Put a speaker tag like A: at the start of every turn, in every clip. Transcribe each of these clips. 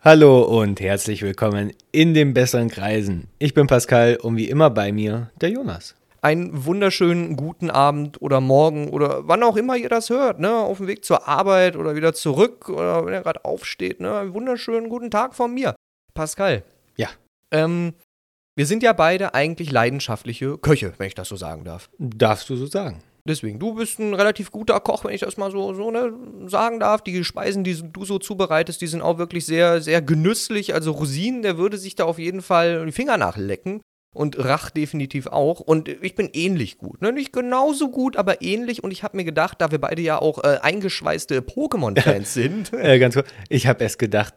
A: Hallo und herzlich willkommen in den besseren Kreisen. Ich bin Pascal und wie immer bei mir der Jonas.
B: einen wunderschönen guten Abend oder Morgen oder wann auch immer ihr das hört, ne? Auf dem Weg zur Arbeit oder wieder zurück oder wenn ihr gerade aufsteht, ne? Einen wunderschönen guten Tag von mir. Pascal.
A: Ja.
B: Ähm, wir sind ja beide eigentlich leidenschaftliche Köche, wenn ich das so sagen darf.
A: Darfst du so sagen?
B: Deswegen, du bist ein relativ guter Koch, wenn ich das mal so, so ne, sagen darf. Die Speisen, die du so zubereitest, die sind auch wirklich sehr, sehr genüsslich. Also Rosinen, der würde sich da auf jeden Fall die Finger nachlecken. Und Rach definitiv auch. Und ich bin ähnlich gut. Ne? Nicht genauso gut, aber ähnlich. Und ich habe mir gedacht, da wir beide ja auch äh, eingeschweißte Pokémon-Fans sind.
A: Äh, ganz kurz. Ich habe erst gedacht,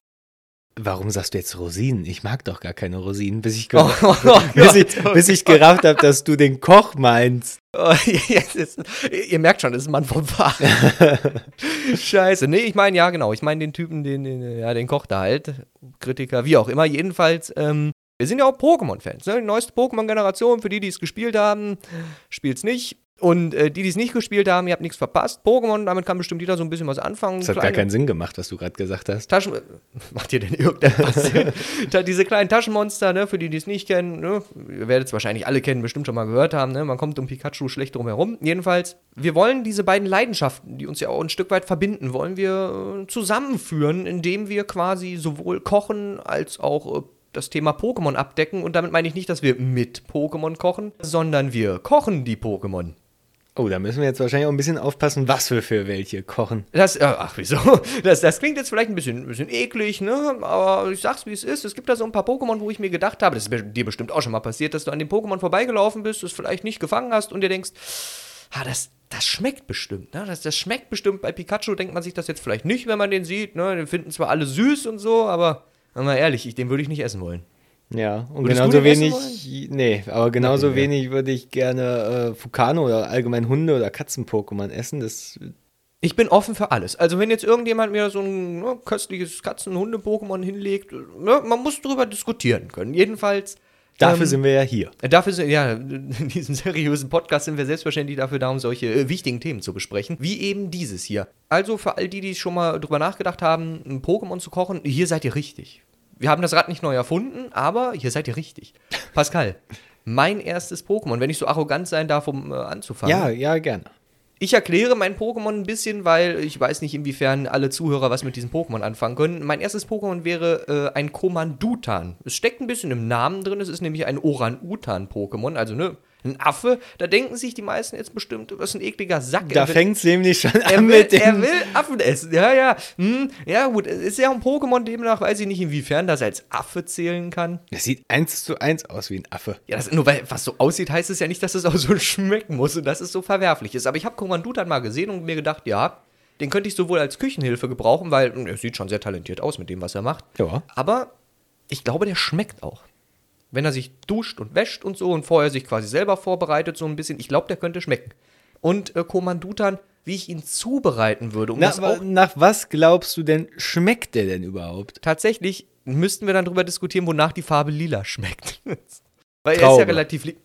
A: warum sagst du jetzt Rosinen? Ich mag doch gar keine Rosinen, bis ich, ger
B: Oh, oh
A: bis ich,
B: Gott.
A: bis ich gerafft habe, dass du den Koch meinst.
B: Oh, ja, es ist, ihr merkt schon, das ist ein Mann vom Fach. Scheiße. Nee, ich meine, ja, genau. Ich meine den Typen, den, den, ja, den Koch da halt. Kritiker, wie auch immer. Jedenfalls, ähm, wir sind ja auch Pokémon-Fans. Ne? Die neueste Pokémon-Generation, für die, die es gespielt haben, spielt's nicht. Und äh, die, die es nicht gespielt haben, ihr habt nichts verpasst. Pokémon, damit kann bestimmt jeder so ein bisschen was anfangen.
A: Das hat gar
B: Kleine-
A: keinen Sinn gemacht, was du gerade gesagt hast.
B: Taschen. Macht ihr denn irgendetwas? Da Diese kleinen Taschenmonster, ne, für die, die es nicht kennen, ne, ihr werdet es wahrscheinlich alle kennen, bestimmt schon mal gehört haben, ne? Man kommt um Pikachu schlecht drum herum. Jedenfalls, wir wollen diese beiden Leidenschaften, die uns ja auch ein Stück weit verbinden, wollen wir äh, zusammenführen, indem wir quasi sowohl kochen als auch äh, das Thema Pokémon abdecken. Und damit meine ich nicht, dass wir mit Pokémon kochen, sondern wir kochen die Pokémon.
A: Oh, da müssen wir jetzt wahrscheinlich auch ein bisschen aufpassen, was wir für welche kochen.
B: Das, äh, ach, wieso? Das, das klingt jetzt vielleicht ein bisschen, ein bisschen eklig, ne? Aber ich sag's, wie es ist. Es gibt da so ein paar Pokémon, wo ich mir gedacht habe, das ist be- dir bestimmt auch schon mal passiert, dass du an dem Pokémon vorbeigelaufen bist, es vielleicht nicht gefangen hast und dir denkst, ah, das, das schmeckt bestimmt, ne? Das, das schmeckt bestimmt. Bei Pikachu denkt man sich das jetzt vielleicht nicht, wenn man den sieht, ne? Den finden zwar alle süß und so, aber, sagen wir mal ehrlich, ich, den würde ich nicht essen wollen.
A: Ja, und
B: Würdest du
A: genauso
B: den essen
A: wenig, nee, aber genauso wenig würde ich gerne äh, Fukano oder allgemein Hunde oder Katzen-Pokémon essen. Das
B: Ich bin offen für alles. Also wenn jetzt irgendjemand mir so ein ne, köstliches Katzen-Hunde-Pokémon hinlegt, ne, man muss drüber diskutieren können. Jedenfalls.
A: Dafür
B: ähm,
A: sind wir ja hier.
B: Äh, Dafür sind, ja, in diesem seriösen Podcast sind wir selbstverständlich dafür da, um solche äh, wichtigen Themen zu besprechen, wie eben dieses hier. Also für all die, die schon mal drüber nachgedacht haben, ein Pokémon zu kochen, hier seid ihr richtig. Wir haben das Rad nicht neu erfunden, aber hier seid ihr richtig. Pascal, mein erstes Pokémon, wenn ich so arrogant sein darf, um äh, anzufangen.
A: Ja, ja, gerne.
B: Ich erkläre mein Pokémon ein bisschen, weil ich weiß nicht, inwiefern alle Zuhörer was mit diesem Pokémon anfangen können. Mein erstes Pokémon wäre äh, ein Kommandutan. Es steckt ein bisschen im Namen drin, es ist nämlich ein Orang-Utan-Pokémon, also ne, ein Affe. Da denken sich die meisten jetzt bestimmt, das ist ein ekliger Sack.
A: Da
B: Er will-
A: fängt es nämlich schon
B: er
A: an
B: will,
A: mit
B: er
A: dem.
B: will Affen essen. Ja, ja. Hm, ja, gut. Es Ist ja auch ein Pokémon, demnach weiß ich nicht, inwiefern das als Affe zählen kann.
A: Das sieht eins zu eins aus wie ein Affe.
B: Ja, das, nur weil was so aussieht, heißt es ja nicht, dass es auch so schmecken muss und dass es so verwerflich ist. Aber ich habe Kommandutan mal gesehen und mir gedacht, ja, den könnte ich sowohl als Küchenhilfe gebrauchen, weil mh, er sieht schon sehr talentiert aus mit dem, was er macht.
A: Ja.
B: Aber ich glaube, der schmeckt auch. Wenn er sich duscht und wäscht und so und vorher sich quasi selber vorbereitet, so ein bisschen, ich glaube, der könnte schmecken. Und äh, Kommandutan, wie ich ihn zubereiten würde, um
A: Na,
B: das
A: aber
B: auch
A: nach was glaubst du denn, schmeckt der denn überhaupt?
B: tatsächlich müssten wir dann drüber diskutieren, wonach die Farbe lila schmeckt. Weil er ist ja
A: Traube.
B: relativ. li-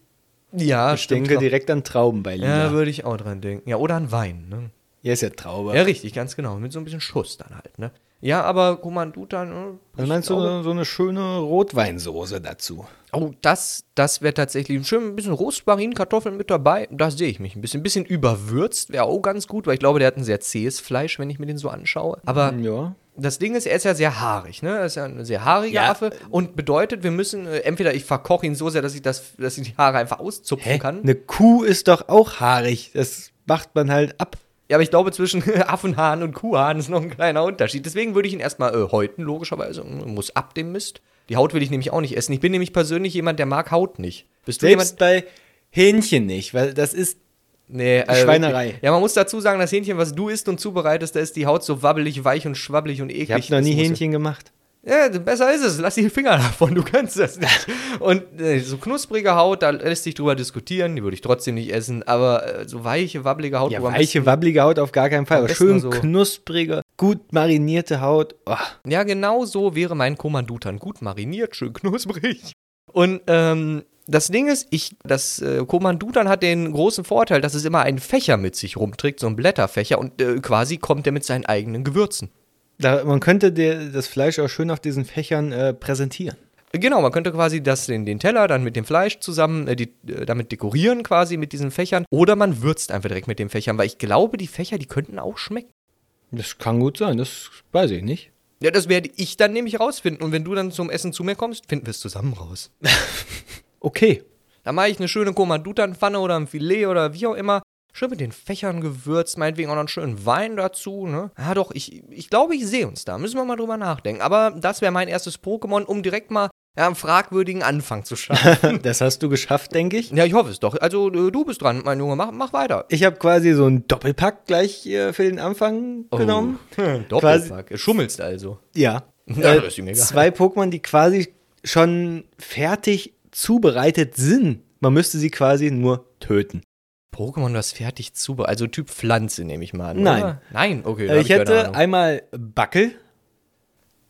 B: Ja,
A: Ich
B: stimmt,
A: denke
B: Traube.
A: direkt an Trauben bei
B: Ja,
A: Lila. Ja,
B: würde ich auch dran denken. Ja, oder an Wein, ne?
A: ist ja Traube.
B: Ja, richtig, ganz genau. Mit so ein bisschen Schuss dann halt, ne? Ja, aber Kommandutan.
A: Was Also meinst du, so, so eine schöne Rotweinsoße dazu?
B: Oh, das, das wäre tatsächlich schön. Ein bisschen Rostmarin, Kartoffeln mit dabei. Da sehe ich mich ein bisschen. Ein bisschen überwürzt wäre auch ganz gut, weil ich glaube, der hat ein sehr zähes Fleisch, wenn ich mir den so anschaue. Aber
A: Mhm, Ja.
B: das Ding ist, er ist ja sehr haarig, ne? Er ist ja ein sehr haariger
A: Ja.
B: Affe und bedeutet, wir müssen äh, entweder ich verkoche ihn so sehr, dass ich, das, dass ich die Haare einfach auszupfen
A: Hä?
B: kann.
A: Eine Kuh ist doch auch haarig. Das macht man halt ab.
B: Ja, aber ich glaube, zwischen Affenhahn und Kuhhahn ist noch ein kleiner Unterschied. Deswegen würde ich ihn erstmal äh, häuten, logischerweise. Muss ab dem Mist. Die Haut will ich nämlich auch nicht essen. Ich bin nämlich persönlich jemand, der mag Haut nicht. Bist du
A: Selbst
B: jemand?
A: bei Hähnchen nicht, weil das ist
B: Nee, äh,
A: Schweinerei.
B: Ja, man muss dazu sagen, das Hähnchen, was du isst und zubereitest, da ist die Haut so wabbelig, weich und schwabbelig und eklig.
A: Ich habe noch
B: Das
A: nie
B: muss-
A: Hähnchen gemacht.
B: Ja, besser ist es. Lass die Finger davon, du kannst das nicht. Und äh, so knusprige Haut, da lässt sich drüber diskutieren, die würde ich trotzdem nicht essen. Aber äh, so weiche, wabbelige Haut,
A: Ja,
B: wo man-
A: weiche, wabbelige Haut auf gar keinen Fall. Aber
B: besten
A: schön
B: so-
A: knusprige, gut marinierte Haut. Oh,
B: Ja, genau so wäre mein Kommandutan. Gut mariniert, schön knusprig. Und ähm, das Ding ist, ich, das äh, Kommandutan hat den großen Vorteil, dass es immer einen Fächer mit sich rumträgt, so einen Blätterfächer, und äh, quasi kommt er mit seinen eigenen Gewürzen.
A: Da, man könnte dir das Fleisch auch schön auf diesen Fächern äh, präsentieren.
B: Genau, man könnte quasi das, den, den Teller dann mit dem Fleisch zusammen, äh, die, äh, damit dekorieren quasi mit diesen Fächern. Oder man würzt einfach direkt mit den Fächern, weil ich glaube, die Fächer, die könnten auch schmecken.
A: Das kann gut sein, das weiß ich nicht.
B: Ja, das werde ich dann nämlich rausfinden. Und wenn du dann zum Essen zu mir kommst, finden wir es zusammen raus.
A: Okay.
B: Dann mache ich eine schöne Komandutan-Pfanne oder ein Filet oder wie auch immer. Schön mit den Fächern gewürzt, meinetwegen auch noch einen schönen Wein dazu, ne? Ja, doch, ich, ich glaube, ich sehe uns da. Müssen wir mal drüber nachdenken. Aber das wäre mein erstes Pokémon, um direkt mal ja, einen fragwürdigen Anfang zu schaffen.
A: Das hast du geschafft, denke ich.
B: ja, ich hoffe es doch. Also, äh, du bist dran, mein Junge. Mach, mach weiter.
A: Ich habe quasi so einen Doppelpack gleich äh, für den Anfang genommen.
B: Hm, Doppelpack. Schummelst also.
A: Ja.
B: Ja,
A: Äh,
B: das ist ihm egal.
A: zwei Pokémon, die quasi schon fertig zubereitet sind. Man müsste sie quasi nur töten.
B: Pokémon, das fertig zu. Also Typ Pflanze, nehme ich mal an.
A: Nein.
B: Oder? Nein, okay. da
A: Äh,
B: hab
A: ich
B: Genau, keine
A: hätte
B: Ahnung.
A: einmal Backel.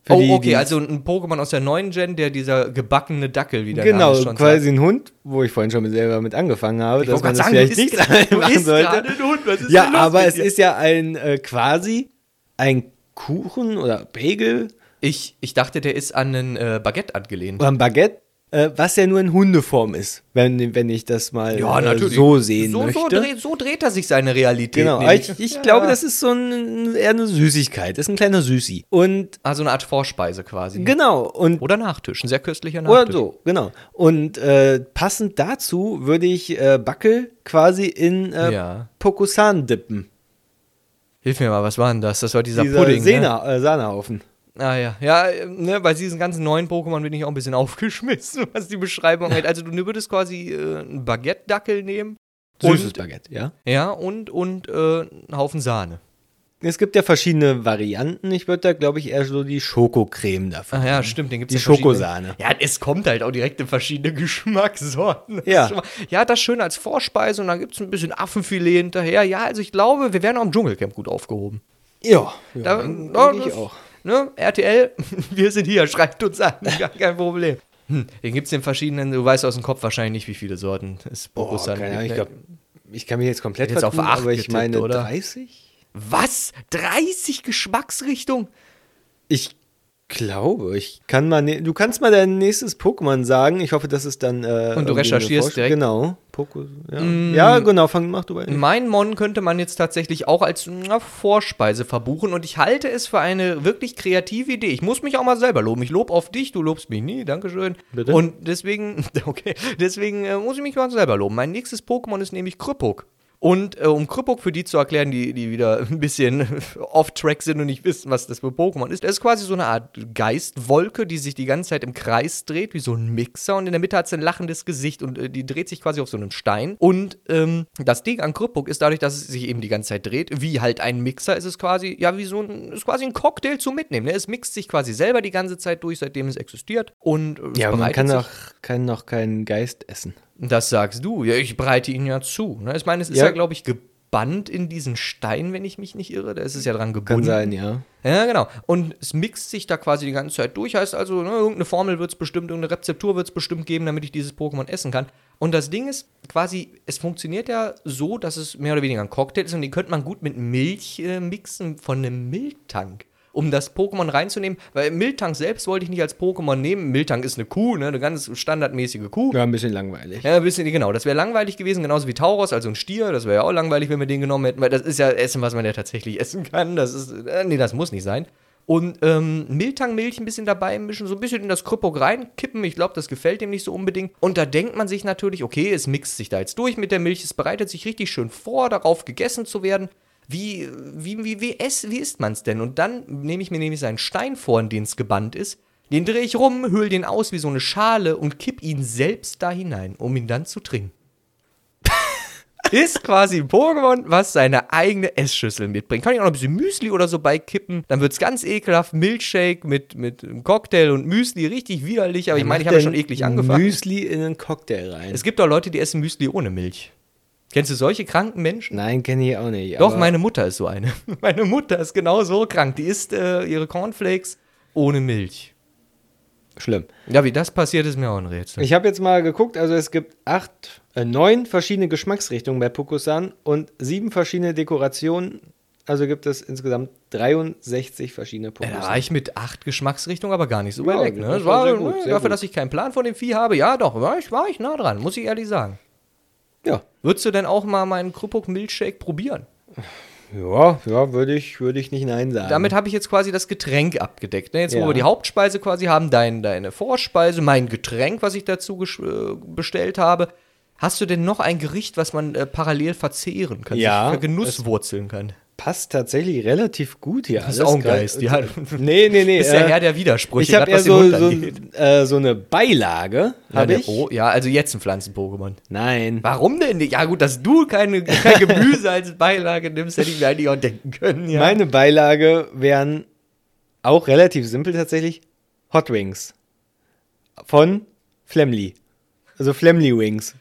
A: Für
B: Oh,
A: die-
B: okay,
A: die-
B: also ein Pokémon aus der neuen Gen, der dieser gebackene Dackel wieder
A: Genau,
B: schon
A: quasi ein Hund, wo ich vorhin schon mit- selber mit angefangen habe,
B: sagt.
A: dass man
B: Ich
A: das
B: wollte
A: vielleicht
B: gerade
A: nicht
B: sagen, du isst- du
A: machen
B: isst gerade
A: sollte.
B: einen Hund, was ist
A: Ja,
B: denn los
A: aber
B: mit
A: es
B: dir?
A: ist ja ein äh, quasi ein Kuchen oder Bagel
B: Ich, ich dachte, der ist an ein äh, Baguette angelehnt.
A: oder ein Baguette, äh, was ja nur in Hundeform ist, wenn, wenn ich das mal äh,
B: natürlich.
A: so sehen
B: so,
A: möchte.
B: So dreht, so dreht er sich seine Realität.
A: Genau, aber
B: nämlich.
A: ich, ich
B: Ja.
A: glaube, das ist so ein, eher eine Süßigkeit, ist ein kleiner Süßi. Und
B: Also eine Art Vorspeise quasi.
A: genau, und
B: Oder Nachtisch, ein sehr köstlicher Nachtisch.
A: oder so, genau. Und äh, passend dazu würde ich äh, Backel quasi in äh,
B: Ja.
A: Pokusan dippen.
B: Hilf mir mal, was war denn das? Das war dieser,
A: Dieser
B: Pudding. Ne?
A: Sehna, äh, Sahnehaufen.
B: Ah ja, ja, äh, ne, bei diesen ganzen neuen Pokémon bin ich auch ein bisschen aufgeschmissen, was die Beschreibung hält. Also du würdest quasi äh, einen Baguette-Dackel nehmen.
A: Süßes
B: Und,
A: Baguette, ja.
B: ja, und, und äh, einen Haufen Sahne.
A: Es gibt ja verschiedene Varianten. Ich würde da, glaube ich, eher so die Schokocreme dafür.
B: Ach ja, stimmt, den gibt
A: Ähm, Die
B: es ja verschiedene-
A: Schokosahne.
B: Ja, es kommt halt auch direkt in verschiedene Geschmackssorten. Das
A: Ja.
B: ist schon mal- ja, das schön als Vorspeise und dann gibt es ein bisschen Affenfilet hinterher. Ja, also ich glaube, wir wären auch im Dschungelcamp gut aufgehoben.
A: Ja, ja
B: Da-
A: dann
B: ja,
A: denke ich
B: das-
A: auch.
B: Ne? RTL, wir sind hier, schreibt uns an, gar kein Problem. Hm, den gibt es in verschiedenen, du weißt aus dem Kopf wahrscheinlich nicht, wie viele Sorten es
A: Boah,
B: Bokusan
A: Oh, keine Ahnung, ich
B: gibt, ne?
A: glaube, ich kann mich jetzt komplett
B: Jetzt auf
A: vertun,
B: acht
A: aber ich
B: getippt,
A: meine
B: oder?
A: 30?
B: Was? 30 Geschmacksrichtungen?
A: Ich glaube, ich kann mal. Ne du kannst mal dein nächstes Pokémon sagen. Ich hoffe, das ist dann. Äh, irgendwie eine
B: recherchierst
A: Vorsch-
B: direkt? Mm.
A: Genau. Poko ja. ja, genau. Fang, mach du bei.
B: Mein Mon könnte man jetzt tatsächlich auch als na, Vorspeise verbuchen und ich halte es für eine wirklich kreative Idee. Ich muss mich auch mal selber loben. Ich lobe auf dich, du lobst mich nie. Dankeschön.
A: Bitte?
B: Und deswegen, okay, deswegen äh, muss ich mich mal selber loben. Mein nächstes Pokémon ist nämlich Krüppuk. Und äh, um Krüppuk für die zu erklären, die, die wieder ein bisschen off-track sind und nicht wissen, was das für Pokémon ist, er ist quasi so eine Art Geistwolke, die sich die ganze Zeit im Kreis dreht, wie so ein Mixer. Und in der Mitte hat sie ein lachendes Gesicht und äh, die dreht sich quasi auf so einem Stein. Und ähm, das Ding an Krüppuk ist dadurch, dass es sich eben die ganze Zeit dreht, wie halt ein Mixer, ist es quasi, ja, wie so ein, ist quasi ein Cocktail zum Mitnehmen. Ne? Es mixt sich quasi selber die ganze Zeit durch, seitdem es existiert. Und äh, es
A: Ja, aber man
B: bereitet
A: kann
B: sich-
A: doch kann noch keinen Geist essen.
B: das sagst du. Ja, ich breite ihn ja zu. Ne? Ich meine, es ist ja,
A: Ja.
B: glaube ich, gebannt in diesen Stein, wenn ich mich nicht irre. Da ist es ja dran gebunden.
A: Kann sein, ja.
B: Ja, genau. Und es mixt sich da quasi die ganze Zeit durch. Heißt also, ne, irgendeine Formel wird es bestimmt, irgendeine Rezeptur wird es bestimmt geben, damit ich dieses Pokémon essen kann. Und das Ding ist, quasi, es funktioniert ja so, dass es mehr oder weniger ein Cocktail ist und den könnte man gut mit Milch äh, mixen von einem Milchtank. Um das Pokémon reinzunehmen, weil Miltank selbst wollte ich nicht als Pokémon nehmen. Miltank ist eine Kuh, ne, eine ganz standardmäßige Kuh.
A: Ja, ein bisschen langweilig.
B: Ja, ein bisschen, genau. Das wäre langweilig gewesen, genauso wie Tauros, also ein Stier. Das wäre ja auch langweilig, wenn wir den genommen hätten, weil das ist ja Essen, was man ja tatsächlich essen kann. Das ist, äh, nee, das muss nicht sein. Und ähm, Miltang-Milch ein bisschen dabei mischen, so ein bisschen in das Krüppog reinkippen. Ich glaube, das gefällt dem nicht so unbedingt. Und da denkt man sich natürlich, okay, es mixt sich da jetzt durch mit der Milch. Es bereitet sich richtig schön vor, darauf gegessen zu werden. Wie, wie, wie, wie, ess, wie isst man es denn? Und dann nehme ich mir nämlich seinen Stein vor, in den es gebannt ist. Den drehe ich rum, höhle den aus wie so eine Schale und kipp ihn selbst da hinein, um ihn dann zu trinken. ist quasi ein Pokémon, was seine eigene Essschüssel mitbringt. Kann ich auch noch ein bisschen Müsli oder so beikippen. Dann wird es ganz ekelhaft. Milchshake mit, mit einem Cocktail und Müsli, richtig widerlich. Aber ich meine, ich habe ja schon eklig angefangen.
A: Müsli in einen Cocktail rein.
B: es gibt auch Leute, die essen Müsli ohne Milch. Kennst du solche kranken Menschen?
A: Nein, kenne ich auch nicht.
B: Doch,
A: aber-
B: meine Mutter ist so eine. Meine Mutter ist genau so krank. Die isst äh, ihre Cornflakes ohne Milch.
A: Schlimm.
B: Ja, wie das passiert, ist mir auch ein Rätsel.
A: Ich habe jetzt mal geguckt, also es gibt acht, äh, neun verschiedene Geschmacksrichtungen bei Pokusan und sieben verschiedene Dekorationen Also gibt es insgesamt 63 verschiedene
B: Ja,
A: Pokémon.
B: da war ich mit acht Geschmacksrichtungen aber gar nicht so
A: Ja,
B: weit weg.
A: das
B: Ne?
A: war
B: Das war,
A: sehr gut,
B: ne,
A: sehr
B: dafür,
A: gut.
B: dass ich keinen Plan von dem Vieh habe, ja doch, war ich, war ich nah dran, muss ich ehrlich sagen.
A: ja.
B: Würdest du denn auch mal meinen Krüppuk Milchshake probieren?
A: ja, ja, würde ich, würde ich nicht Nein sagen.
B: Damit habe ich jetzt quasi das Getränk abgedeckt. Ne? Jetzt, wo
A: Ja.
B: wir die Hauptspeise quasi haben, dein, deine Vorspeise, mein Getränk, was ich dazu gesch- äh, bestellt habe. Hast du denn noch ein Gericht, was man äh, parallel verzehren kann,
A: Ja,
B: sich vergenusswurzeln kann?
A: passt tatsächlich relativ gut hier.
B: Das ist
A: alles
B: auch ein
A: gerade.
B: Geist, ja.
A: Nee, nee, nee.
B: Ist
A: äh,
B: der Herr der Widersprüche,
A: ich habe
B: grad
A: eher
B: was den
A: so,
B: Hund
A: so,
B: angeht.
A: äh, so eine Beilage.
B: Ja,
A: Habe
B: der-
A: ich?
B: Oh, ja, also jetzt ein Pflanzen-Pokémon.
A: Nein.
B: Warum denn nicht? Ja, gut, dass du keine, kein Gemüse als Beilage nimmst, hätte ich mir eigentlich auch denken können. Ja.
A: Meine Beilage wären auch relativ simpel tatsächlich Hot Wings von Flemly. Also Flemly Wings.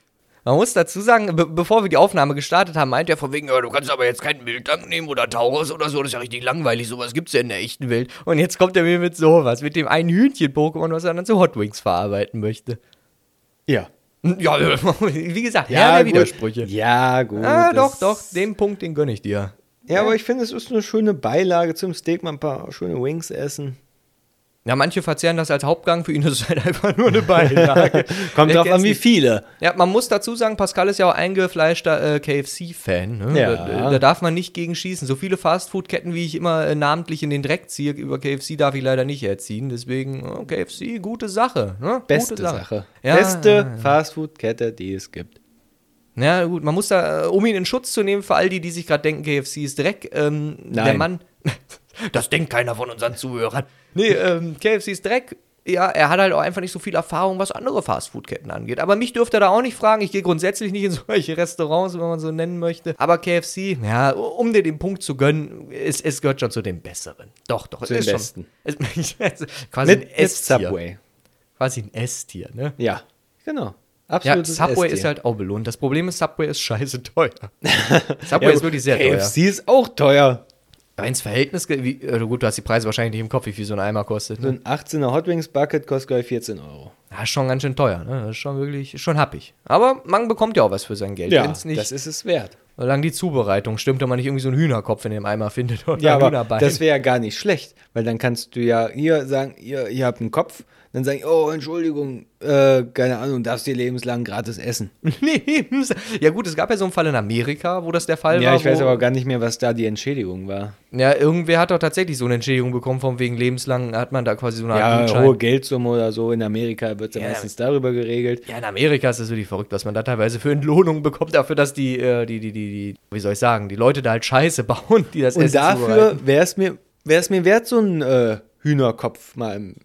B: Man muss dazu sagen, be bevor wir die Aufnahme gestartet haben, meint er von wegen, ja, du kannst aber jetzt keinen Wildtank nehmen oder Taurus oder so, das ist ja richtig langweilig, sowas gibt's ja in der echten Welt. Und jetzt kommt er mir mit sowas, mit dem einen Hühnchen-Pokémon, was er dann zu Hot Wings verarbeiten möchte.
A: Ja.
B: Ja, wie gesagt, ja, der
A: gut.
B: Widersprüche.
A: Ja, gut.
B: Ah, doch,
A: das-
B: doch, den Punkt, den gönne ich dir.
A: Ja, aber ich finde, es ist eine schöne Beilage zum Steak, mal ein paar schöne Wings essen.
B: Ja, manche verzehren das als Hauptgang, für ihn ist es halt einfach nur eine Beilage.
A: Kommt
B: Wer
A: drauf
B: kennt's
A: an, wie
B: nicht?
A: viele.
B: Ja, man muss dazu sagen, Pascal ist ja auch eingefleischter äh, KFC-Fan. Ne?
A: Ja.
B: Da, da darf man nicht gegen schießen. So viele Fastfood-Ketten, wie ich immer äh, namentlich in den Dreck ziehe, über KFC darf ich leider nicht erziehen. Deswegen, äh, KFC, gute Sache. Ne?
A: Beste
B: gute
A: Sache.
B: Ja,
A: Beste Fastfood-Kette, die es gibt.
B: Ja, gut, man muss da, äh, um ihn in Schutz zu nehmen, für all die, die sich gerade denken, KFC ist Dreck, ähm, der
A: Nein.
B: Mann. Das denkt keiner von unseren Zuhörern. Nee, ähm, KFC ist Dreck. Ja, er hat halt auch einfach nicht so viel Erfahrung, was andere Fastfood-Ketten angeht. Aber mich dürfte er da auch nicht fragen. Ich gehe grundsätzlich nicht in solche Restaurants, wenn man so nennen möchte. Aber KFC, ja, um dir den Punkt zu gönnen, es, es gehört schon zu den Besseren. Doch, doch,
A: Zu den
B: es ist
A: Besten.
B: schon. Es, quasi
A: Mit,
B: Also ein
A: mit
B: S-Tier.
A: Subway.
B: Quasi ein S-Tier, ne?
A: Ja, genau.
B: Ja,
A: Absolutes
B: Subway
A: S-Tier.
B: ist halt auch belohnt. Das Problem ist, Subway ist scheiße teuer. Subway
A: Ja,
B: ist wirklich sehr
A: KFC ist auch teuer.
B: teuer. Ins Verhältnis, ge- wie, äh, gut, du hast die Preise wahrscheinlich nicht im Kopf, wie viel so ein Eimer kostet.
A: So
B: Ne?
A: ein 18er Hot Wings Bucket kostet gleich 14 Euro.
B: Ja, ist schon ganz schön teuer. Ne? Das ist schon wirklich, ist schon happig. Aber man bekommt ja auch was für sein Geld.
A: Ja,
B: wenn's nicht,
A: das ist es wert.
B: solange die Zubereitung stimmt und man nicht irgendwie so einen Hühnerkopf in dem Eimer findet oder
A: Ja,
B: ein
A: aber
B: Hühnerbein.
A: das wäre ja gar nicht schlecht, weil dann kannst du ja hier sagen, ihr, ihr habt einen Kopf, dann sagen, oh, Entschuldigung, äh, keine Ahnung, darfst dir lebenslang gratis essen.
B: Lebens- ja gut, es gab ja so einen Fall in Amerika, wo das der Fall war.
A: Ja, ich weiß
B: wo,
A: aber gar nicht mehr, was da die Entschädigung war.
B: ja, irgendwer hat doch tatsächlich so eine Entschädigung bekommen, von wegen lebenslang hat man da quasi so eine
A: Ja,
B: Gutschein.
A: hohe Geldsumme oder so, in Amerika wird es ja
B: Ja.
A: meistens darüber geregelt.
B: Ja, in Amerika ist das wirklich verrückt, was man da teilweise für Entlohnung bekommt, dafür, dass die, äh, die, die, die, die, wie soll ich sagen, die Leute da halt Scheiße bauen, die das
A: Und
B: Essen zubereiten.
A: dafür wäre es mir, wär's mir wert, so einen äh, Hühnerkopf mal im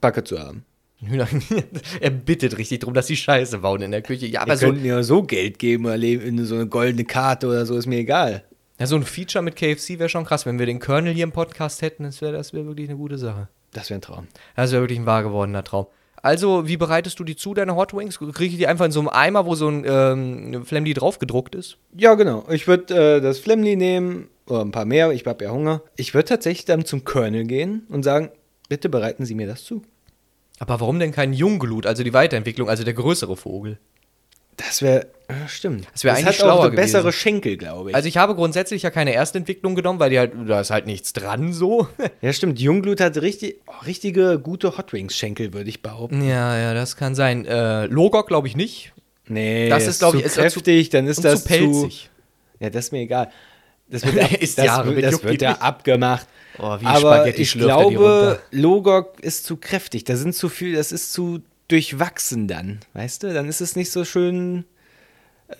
A: Bucket zu haben.
B: Hühner, er bittet richtig drum, dass sie Scheiße bauen in der Küche. Ja, aber
A: Wir
B: so,
A: könnten ja so Geld geben oder le- in so eine goldene Karte oder so, ist mir egal.
B: ja, so ein Feature mit KFC wäre schon krass. Wenn wir den Colonel hier im Podcast hätten, das wäre das wär wirklich eine gute Sache.
A: Das wäre ein Traum.
B: Das wäre wirklich ein wahr gewordener Traum. Also, wie bereitest du die zu, deine Hot Wings? Kriege ich die einfach in so einem Eimer, wo so ein ähm, Flemdi drauf gedruckt ist?
A: Ja, genau. Ich würde äh, das Flemli nehmen oder ein paar mehr. Ich habe ja Hunger. Ich würde tatsächlich dann zum Colonel gehen und sagen, bitte bereiten Sie mir das zu.
B: Aber warum denn kein Jungglut, also die Weiterentwicklung, also der größere Vogel?
A: Das wäre, äh, stimmt.
B: Das wär eigentlich
A: hat
B: schlauer
A: auch
B: gewesen.
A: bessere Schenkel, glaube ich.
B: Also ich habe grundsätzlich ja keine Erstentwicklung genommen, weil die halt, da ist halt nichts dran so.
A: ja, stimmt. Jungglut hat richtig, oh, richtige gute Hot Wings Schenkel, würde ich behaupten.
B: ja, ja, das kann sein. Äh, Logok glaube ich nicht.
A: Nee,
B: Das ist, glaub ich,
A: zu
B: ist er zu-
A: kräftig, dann ist
B: und
A: das
B: zu pelzig.
A: Ja, das ist mir egal. Das wird, ab,
B: Ist
A: das
B: Jahre,
A: wird,
B: juckt
A: das
B: ihn
A: wird ja
B: nicht.
A: abgemacht.
B: Oh, wie
A: Aber
B: Spaghetti
A: ich
B: schlürft er die runter.
A: glaube, Logok ist zu kräftig. Da sind zu viel, das ist zu durchwachsen dann, weißt du? Dann ist es nicht so schön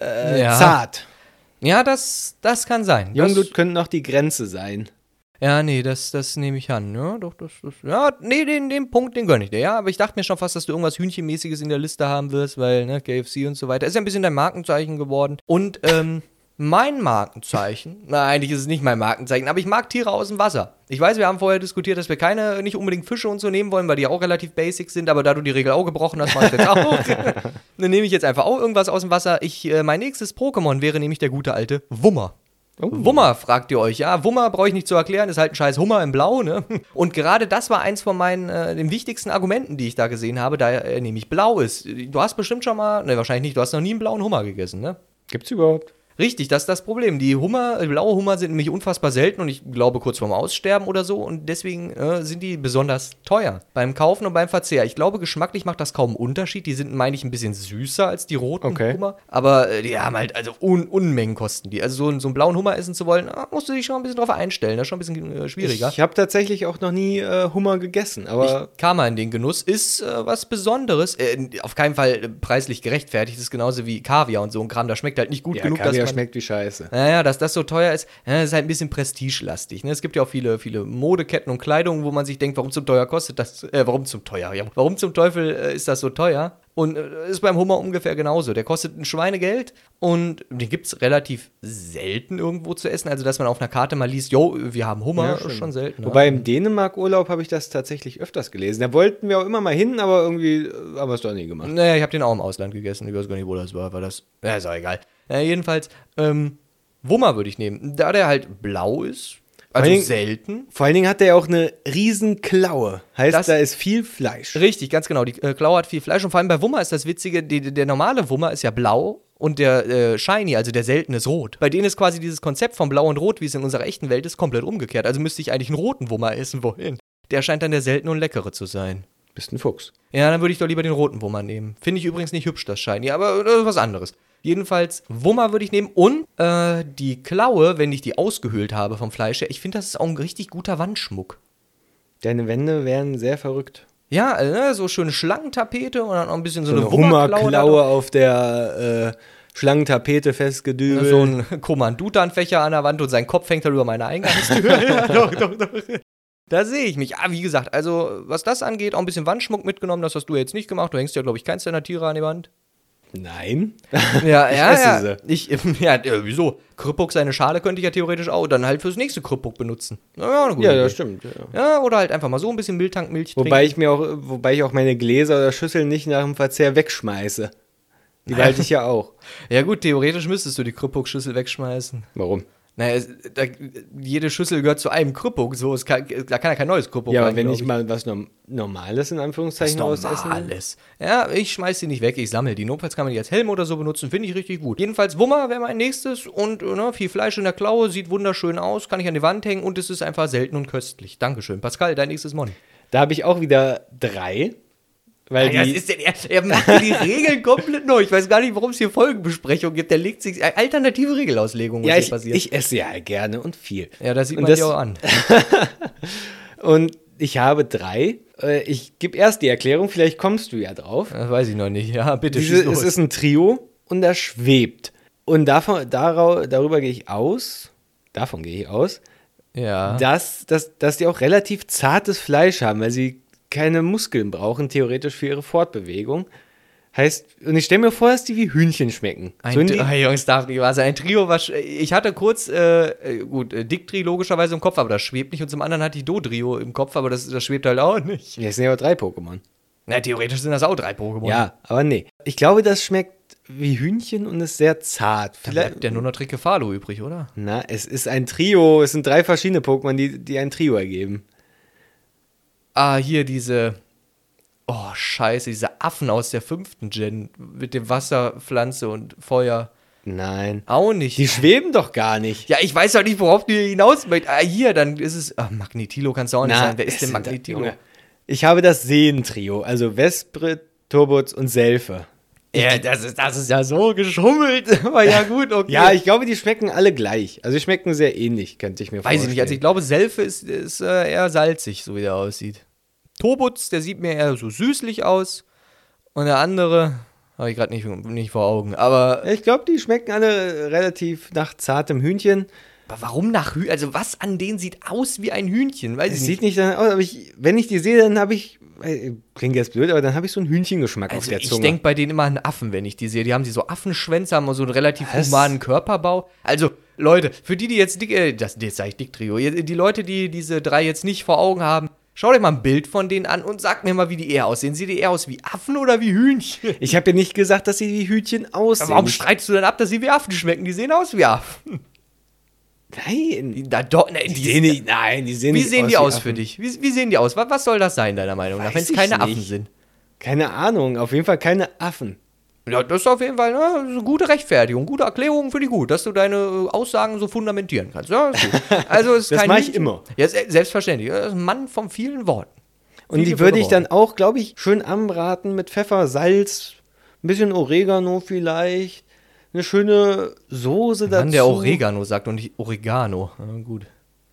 A: äh,
B: Ja.
A: zart.
B: Ja, das, das kann sein. Das,
A: Jungblut könnte noch die Grenze sein.
B: ja, nee, das, das nehme ich an. Ja, doch, das, das ja, nee, den, den Punkt, den gönne ich dir. Ja, aber ich dachte mir schon fast, dass du irgendwas Hühnchenmäßiges in der Liste haben wirst, weil, ne, KFC und so weiter. Ist ja ein bisschen dein Markenzeichen geworden. Und, ähm, mein Markenzeichen, na, eigentlich ist es nicht mein Markenzeichen, aber ich mag Tiere aus dem Wasser. Ich weiß, wir haben vorher diskutiert, dass wir keine, nicht unbedingt Fische und so nehmen wollen, weil die auch relativ basic sind, aber da du die Regel auch gebrochen hast, mach ich jetzt auch. Dann nehme ich jetzt einfach auch irgendwas aus dem Wasser. Ich, äh, mein nächstes Pokémon wäre nämlich der gute alte Wummer.
A: Oh.
B: Wummer, fragt ihr euch. Ja, Wummer brauche ich nicht zu erklären, ist halt ein scheiß Hummer im Blau, ne? Und gerade das war eins von meinen äh, den wichtigsten Argumenten, die ich da gesehen habe, da er nämlich blau ist. Du hast bestimmt schon mal, ne, wahrscheinlich nicht, du hast noch nie einen blauen Hummer gegessen, ne?
A: Gibt's überhaupt?
B: Richtig, das ist das Problem. Die Hummer, äh, blaue Hummer sind nämlich unfassbar selten und ich glaube kurz vorm Aussterben oder so und deswegen äh, sind die besonders teuer beim Kaufen und beim Verzehr. Ich glaube, geschmacklich macht das kaum einen Unterschied. Die sind, meine ich, ein bisschen süßer als die roten
A: Okay.
B: Hummer, aber äh, die haben halt also un Unmengen kosten die. Also so, einen- so einen blauen Hummer essen zu wollen, ah, musst du dich schon ein bisschen drauf einstellen. Das ist schon ein bisschen äh, schwieriger.
A: Ich habe tatsächlich auch noch nie äh, Hummer gegessen, aber
B: Ich kam mal in den Genuss, ist äh, was Besonderes. Äh, auf keinen Fall äh, preislich gerechtfertigt. ist genauso wie Kaviar und so ein Kram. Da schmeckt halt nicht gut
A: ja,
B: genug,
A: Kaviar
B: dass man,
A: schmeckt wie Scheiße.
B: naja, dass das so teuer ist, ja, ist halt ein bisschen prestigelastig. Ne? Es gibt ja auch viele, viele Modeketten und Kleidung, wo man sich denkt, warum zum Teuer kostet das, äh, warum zum Teuer, ja, warum zum Teufel äh, ist das so teuer? Und äh, ist beim Hummer ungefähr genauso. Der kostet ein Schweinegeld und den gibt es relativ selten irgendwo zu essen. Also, dass man auf einer Karte mal liest, jo, wir haben Hummer,
A: Ja,
B: ist
A: schön.
B: schon selten. ne?
A: Wobei im Dänemark-Urlaub habe ich das tatsächlich öfters gelesen. Da wollten wir auch immer mal hin, aber irgendwie äh, haben wir es doch nie gemacht.
B: Naja, ich habe den auch im Ausland gegessen. Ich weiß gar nicht, wo das war. War das. Ja, ist auch egal. Ja, jedenfalls, ähm, Wummer würde ich nehmen. Da der halt blau ist,
A: Vor
B: also
A: allem-
B: selten.
A: Vor allen Dingen hat der ja auch eine riesen Klaue. Heißt,
B: Das-
A: da ist viel Fleisch.
B: Richtig, ganz genau. Die äh, Klaue hat viel Fleisch. Und vor allem bei Wummer ist das Witzige, die, die- der normale Wummer ist ja blau und der äh, Shiny, also der selten, ist rot. Bei denen ist quasi dieses Konzept von blau und rot, wie es in unserer echten Welt ist, komplett umgekehrt. Also müsste ich eigentlich einen roten Wummer essen wollen. Der scheint dann der seltene und leckere zu sein.
A: Bist ein Fuchs.
B: Ja, dann würde ich doch lieber den roten Wummer nehmen. Finde ich übrigens nicht hübsch, das Shiny, aber äh, das ist was anderes. Jedenfalls, Wummer würde ich nehmen und äh, die Klaue, wenn ich die ausgehöhlt habe vom Fleisch her, ich finde, das ist auch ein richtig guter Wandschmuck.
A: Deine Wände wären sehr verrückt.
B: Ja, äh, ne, so schöne Schlangentapete und dann auch ein bisschen so,
A: So eine
B: eine Wummerklaue. da
A: Hummerklaue auf der äh, Schlangentapete festgedübelt.
B: So ein Kommandutanfächer an der Wand und sein Kopf hängt dann über meine Eingangstür. ja, doch, doch, doch. Da sehe ich mich. Ah, wie gesagt, also was das angeht, auch ein bisschen Wandschmuck mitgenommen, das hast du jetzt nicht gemacht. Du hängst ja, glaube ich, keins deiner Tiere an die Wand.
A: Nein.
B: Ja,
A: Ich
B: ja,
A: esse
B: ja.
A: sie.
B: Ich, ja, ja, wieso? Krüppuk seine Schale könnte ich ja theoretisch auch dann halt fürs nächste Krüppuk benutzen. Na Ja, eine gute
A: Ja,
B: Idee.
A: das stimmt. Ja.
B: ja, oder halt einfach mal so ein bisschen Milchtankmilch trinken.
A: Wobei ich mir auch, wobei ich auch meine Gläser oder Schüsseln nicht nach dem Verzehr wegschmeiße. Die behalte ich ja auch.
B: Ja gut, theoretisch müsstest du die Krüppuk-Schüssel wegschmeißen.
A: Warum?
B: Naja, es, da, jede Schüssel gehört zu einem Krüppuk, so es kann, da kann ja kein neues Krüppuk
A: ja, aber
B: rein,
A: wenn
B: glaub
A: ich mal was Norm- Normales in Anführungszeichen
B: Das ist
A: rausessen will.
B: Normales. Ja, ich schmeiß die nicht weg, ich sammle die. Notfalls kann man die als Helm oder so benutzen, finde ich richtig gut. Jedenfalls Wummer wäre mein nächstes und äh, ne, viel Fleisch in der Klaue, sieht wunderschön aus, kann ich an die Wand hängen und es ist einfach selten und köstlich. Dankeschön. Pascal, dein nächstes Mon.
A: Da habe ich auch wieder drei. Weil
B: Ja, das
A: Äh, die,
B: ist denn, er, er macht dir die Regeln komplett neu. Ich weiß gar nicht, warum es hier Folgenbesprechungen gibt. Der legt sich äh, alternative Regelauslegungen, was
A: ja
B: hier
A: ich,
B: passiert.
A: ich esse ja gerne und viel.
B: ja, das sieht
A: und
B: man
A: das-
B: dir auch an.
A: Und ich habe drei. Äh, Ich gebe erst die Erklärung, vielleicht kommst du ja drauf.
B: Das Äh, weiß ich noch nicht. Ja, bitte
A: Diese,
B: schieß
A: es
B: los.
A: ist ein Trio und das schwebt. Und davon, darau, darüber gehe ich aus, davon gehe ich aus,
B: ja.
A: dass, dass, dass die auch relativ zartes Fleisch haben, weil sie keine Muskeln brauchen, theoretisch für ihre Fortbewegung. Heißt, und ich stelle mir vor, dass die wie Hühnchen schmecken. So
B: Ein
A: in die-
B: Trio, oh, Jungs, darf nicht wahr sein. Ein Trio war. sch- Ich hatte kurz, äh, äh, gut, äh, Dicktri logischerweise im Kopf, aber das schwebt nicht. Und zum anderen hatte ich Dodrio im Kopf, aber das, das schwebt halt auch nicht.
A: Ja, es sind ja aber drei Pokémon.
B: Na, theoretisch sind das auch drei Pokémon.
A: Ja, aber nee. Ich glaube, das schmeckt wie Hühnchen und ist sehr zart.
B: Da
A: Vielleicht,
B: bleibt ja nur noch Trickefalo übrig, oder?
A: na, es ist ein Trio. Es sind drei verschiedene Pokémon, die, die ein Trio ergeben.
B: Ah, hier diese. Oh, scheiße, diese Affen aus der fünften Gen mit dem Wasser, Pflanze und Feuer.
A: Nein.
B: Auch nicht.
A: Die schweben doch gar nicht.
B: ja, ich weiß ja nicht, worauf die hinaus möchten. Ah, hier, dann ist es. Ah, Magnetilo kannst du auch nicht sein. Wer ist denn
A: sind da-
B: Magnetilo?
A: Junge. Ich habe das Seentrio, also Vesprit, Turbots und Selfe.
B: Ja, das ist, das ist ja so geschummelt. Aber ja, gut, okay.
A: Ja, ich glaube, die schmecken alle gleich. Also, die schmecken sehr ähnlich, könnte ich mir
B: Weiß ich
A: vorstellen.
B: nicht, also ich glaube, Selfe ist, ist äh, eher salzig, so wie der aussieht. Tobutz, der sieht mir eher so süßlich aus. Und der andere, habe ich gerade nicht, nicht vor Augen. Aber,
A: ich glaube, die schmecken alle relativ nach zartem Hühnchen.
B: aber warum nach Hühnchen? Also was an denen sieht aus wie ein Hühnchen? Weiß
A: Es
B: ich
A: sieht
B: nicht.
A: nicht danach aus, aber ich, wenn ich die sehe, dann habe ich, äh, klingt jetzt blöd, aber dann habe ich so einen Hühnchengeschmack auf
B: Also
A: der
B: ich
A: Zunge.
B: denke bei denen immer an Affen, wenn ich die sehe. Die haben sie so Affenschwänze, haben so einen relativ
A: Was?
B: humanen Körperbau. Also Leute, für die, die jetzt dick, äh, das jetzt sage ich dick Trio, die Leute, die diese drei jetzt nicht vor Augen haben, schaut euch mal ein Bild von denen an und sagt mir mal, wie die eher aussehen. Sehen die eher aus wie Affen oder wie Hühnchen?
A: ich habe ja nicht gesagt, dass sie wie Hühnchen aussehen.
B: Warum streitest du dann ab, dass sie wie Affen schmecken? Die sehen aus wie Affen.
A: Nein.
B: Na, doch, ne,
A: Die
B: die
A: sehen nicht, nein, die sehen
B: wie
A: nicht
B: sehen die aus
A: wie
B: für dich? Wie, wie sehen die aus? Was, was soll das sein, deiner Meinung nach,
A: Weiß
B: wenn es
A: ich
B: keine
A: nicht.
B: Affen sind?
A: Keine Ahnung, auf jeden Fall keine Affen.
B: Ja, das ist auf jeden Fall ne, eine gute Rechtfertigung, gute Erklärung, finde ich gut, dass du deine äh, Aussagen so fundamentieren kannst. Ja, ist gut. Also ist
A: Das
B: kein
A: mache ich
B: Hühnchen-
A: immer.
B: Ja, se- selbstverständlich. Er ist ein Mann von vielen Worten.
A: Und
B: Viele
A: die würde ich
B: Worte.
A: dann auch, glaube ich, schön anbraten mit Pfeffer, Salz, ein bisschen Oregano vielleicht, eine schöne Soße dazu.
B: Mann, der Oregano sagt und nicht Oregano. Ja, gut.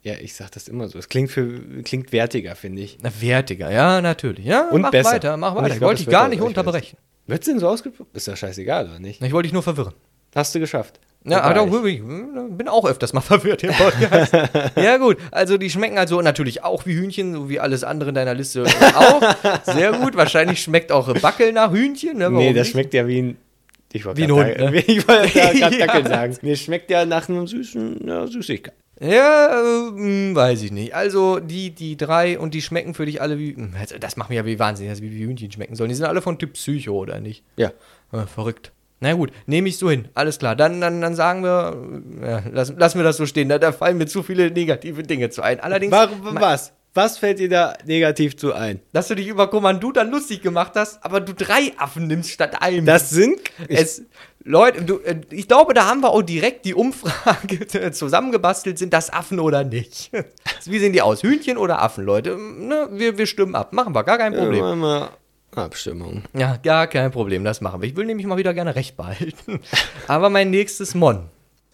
A: Ja, ich sag das immer so. Es klingt, für, klingt wertiger, finde ich.
B: Na, wertiger, ja, natürlich. Ja,
A: Und
B: mach
A: besser.
B: weiter, mach
A: Und
B: weiter.
A: ich
B: Ich
A: glaub,
B: wollte
A: das
B: dich gar
A: wird
B: nicht
A: auch- ich
B: unterbrechen.
A: Wird denn so ausgedrückt? Ist doch scheißegal, oder nicht?
B: Ich wollte dich nur verwirren.
A: Hast du geschafft.
B: Ja,
A: Wobei
B: aber
A: ich-
B: doch, ich bin auch öfters mal verwirrt im Podcast. ja, gut. Also, die schmecken also natürlich auch wie Hühnchen, so wie alles andere in deiner Liste auch. Sehr gut. Wahrscheinlich schmeckt auch Backel nach Hühnchen. Ne?
A: Nee,
B: warum
A: das
B: nicht?
A: schmeckt ja wie ein. Ich wollte
B: Wie ein
A: grad
B: Hund,
A: sagen-
B: ne?
A: Ich wollte ja gerade
B: Ja.
A: Dackel sagen. Nee, schmeckt ja nach einem süßen ja, Süßigkeit.
B: Ja, äh, hm, weiß ich nicht. Also, die, die drei und die schmecken für dich alle wie. hm, also, Das macht mich ja wie wahnsinnig, dass wie wie Hühnchen schmecken sollen. Die sind alle von Typ Psycho, oder nicht?
A: Ja.
B: Ah, verrückt. Na gut, nehme ich so hin. Alles klar. Dann, dann, dann sagen wir, äh, ja, lassen, lassen wir das so stehen. Da, da fallen mir zu viele negative Dinge zu ein. Allerdings,
A: Warum, was? Was fällt dir da negativ zu ein?
B: dass du dich über Kommando dann lustig gemacht hast, aber du drei Affen nimmst statt einem.
A: Das sind.
B: es, Leute, du, äh, ich glaube, da haben wir auch direkt die Umfrage zusammengebastelt, sind das Affen oder nicht? Wie sehen die aus? Hühnchen oder Affen, Leute? Ne, wir, wir stimmen ab. Machen wir, gar kein
A: Ja,
B: Problem.
A: machen wir Abstimmung.
B: Ja, gar kein Problem, das machen wir. Ich will nämlich mal wieder gerne recht behalten. Aber mein nächstes Mon,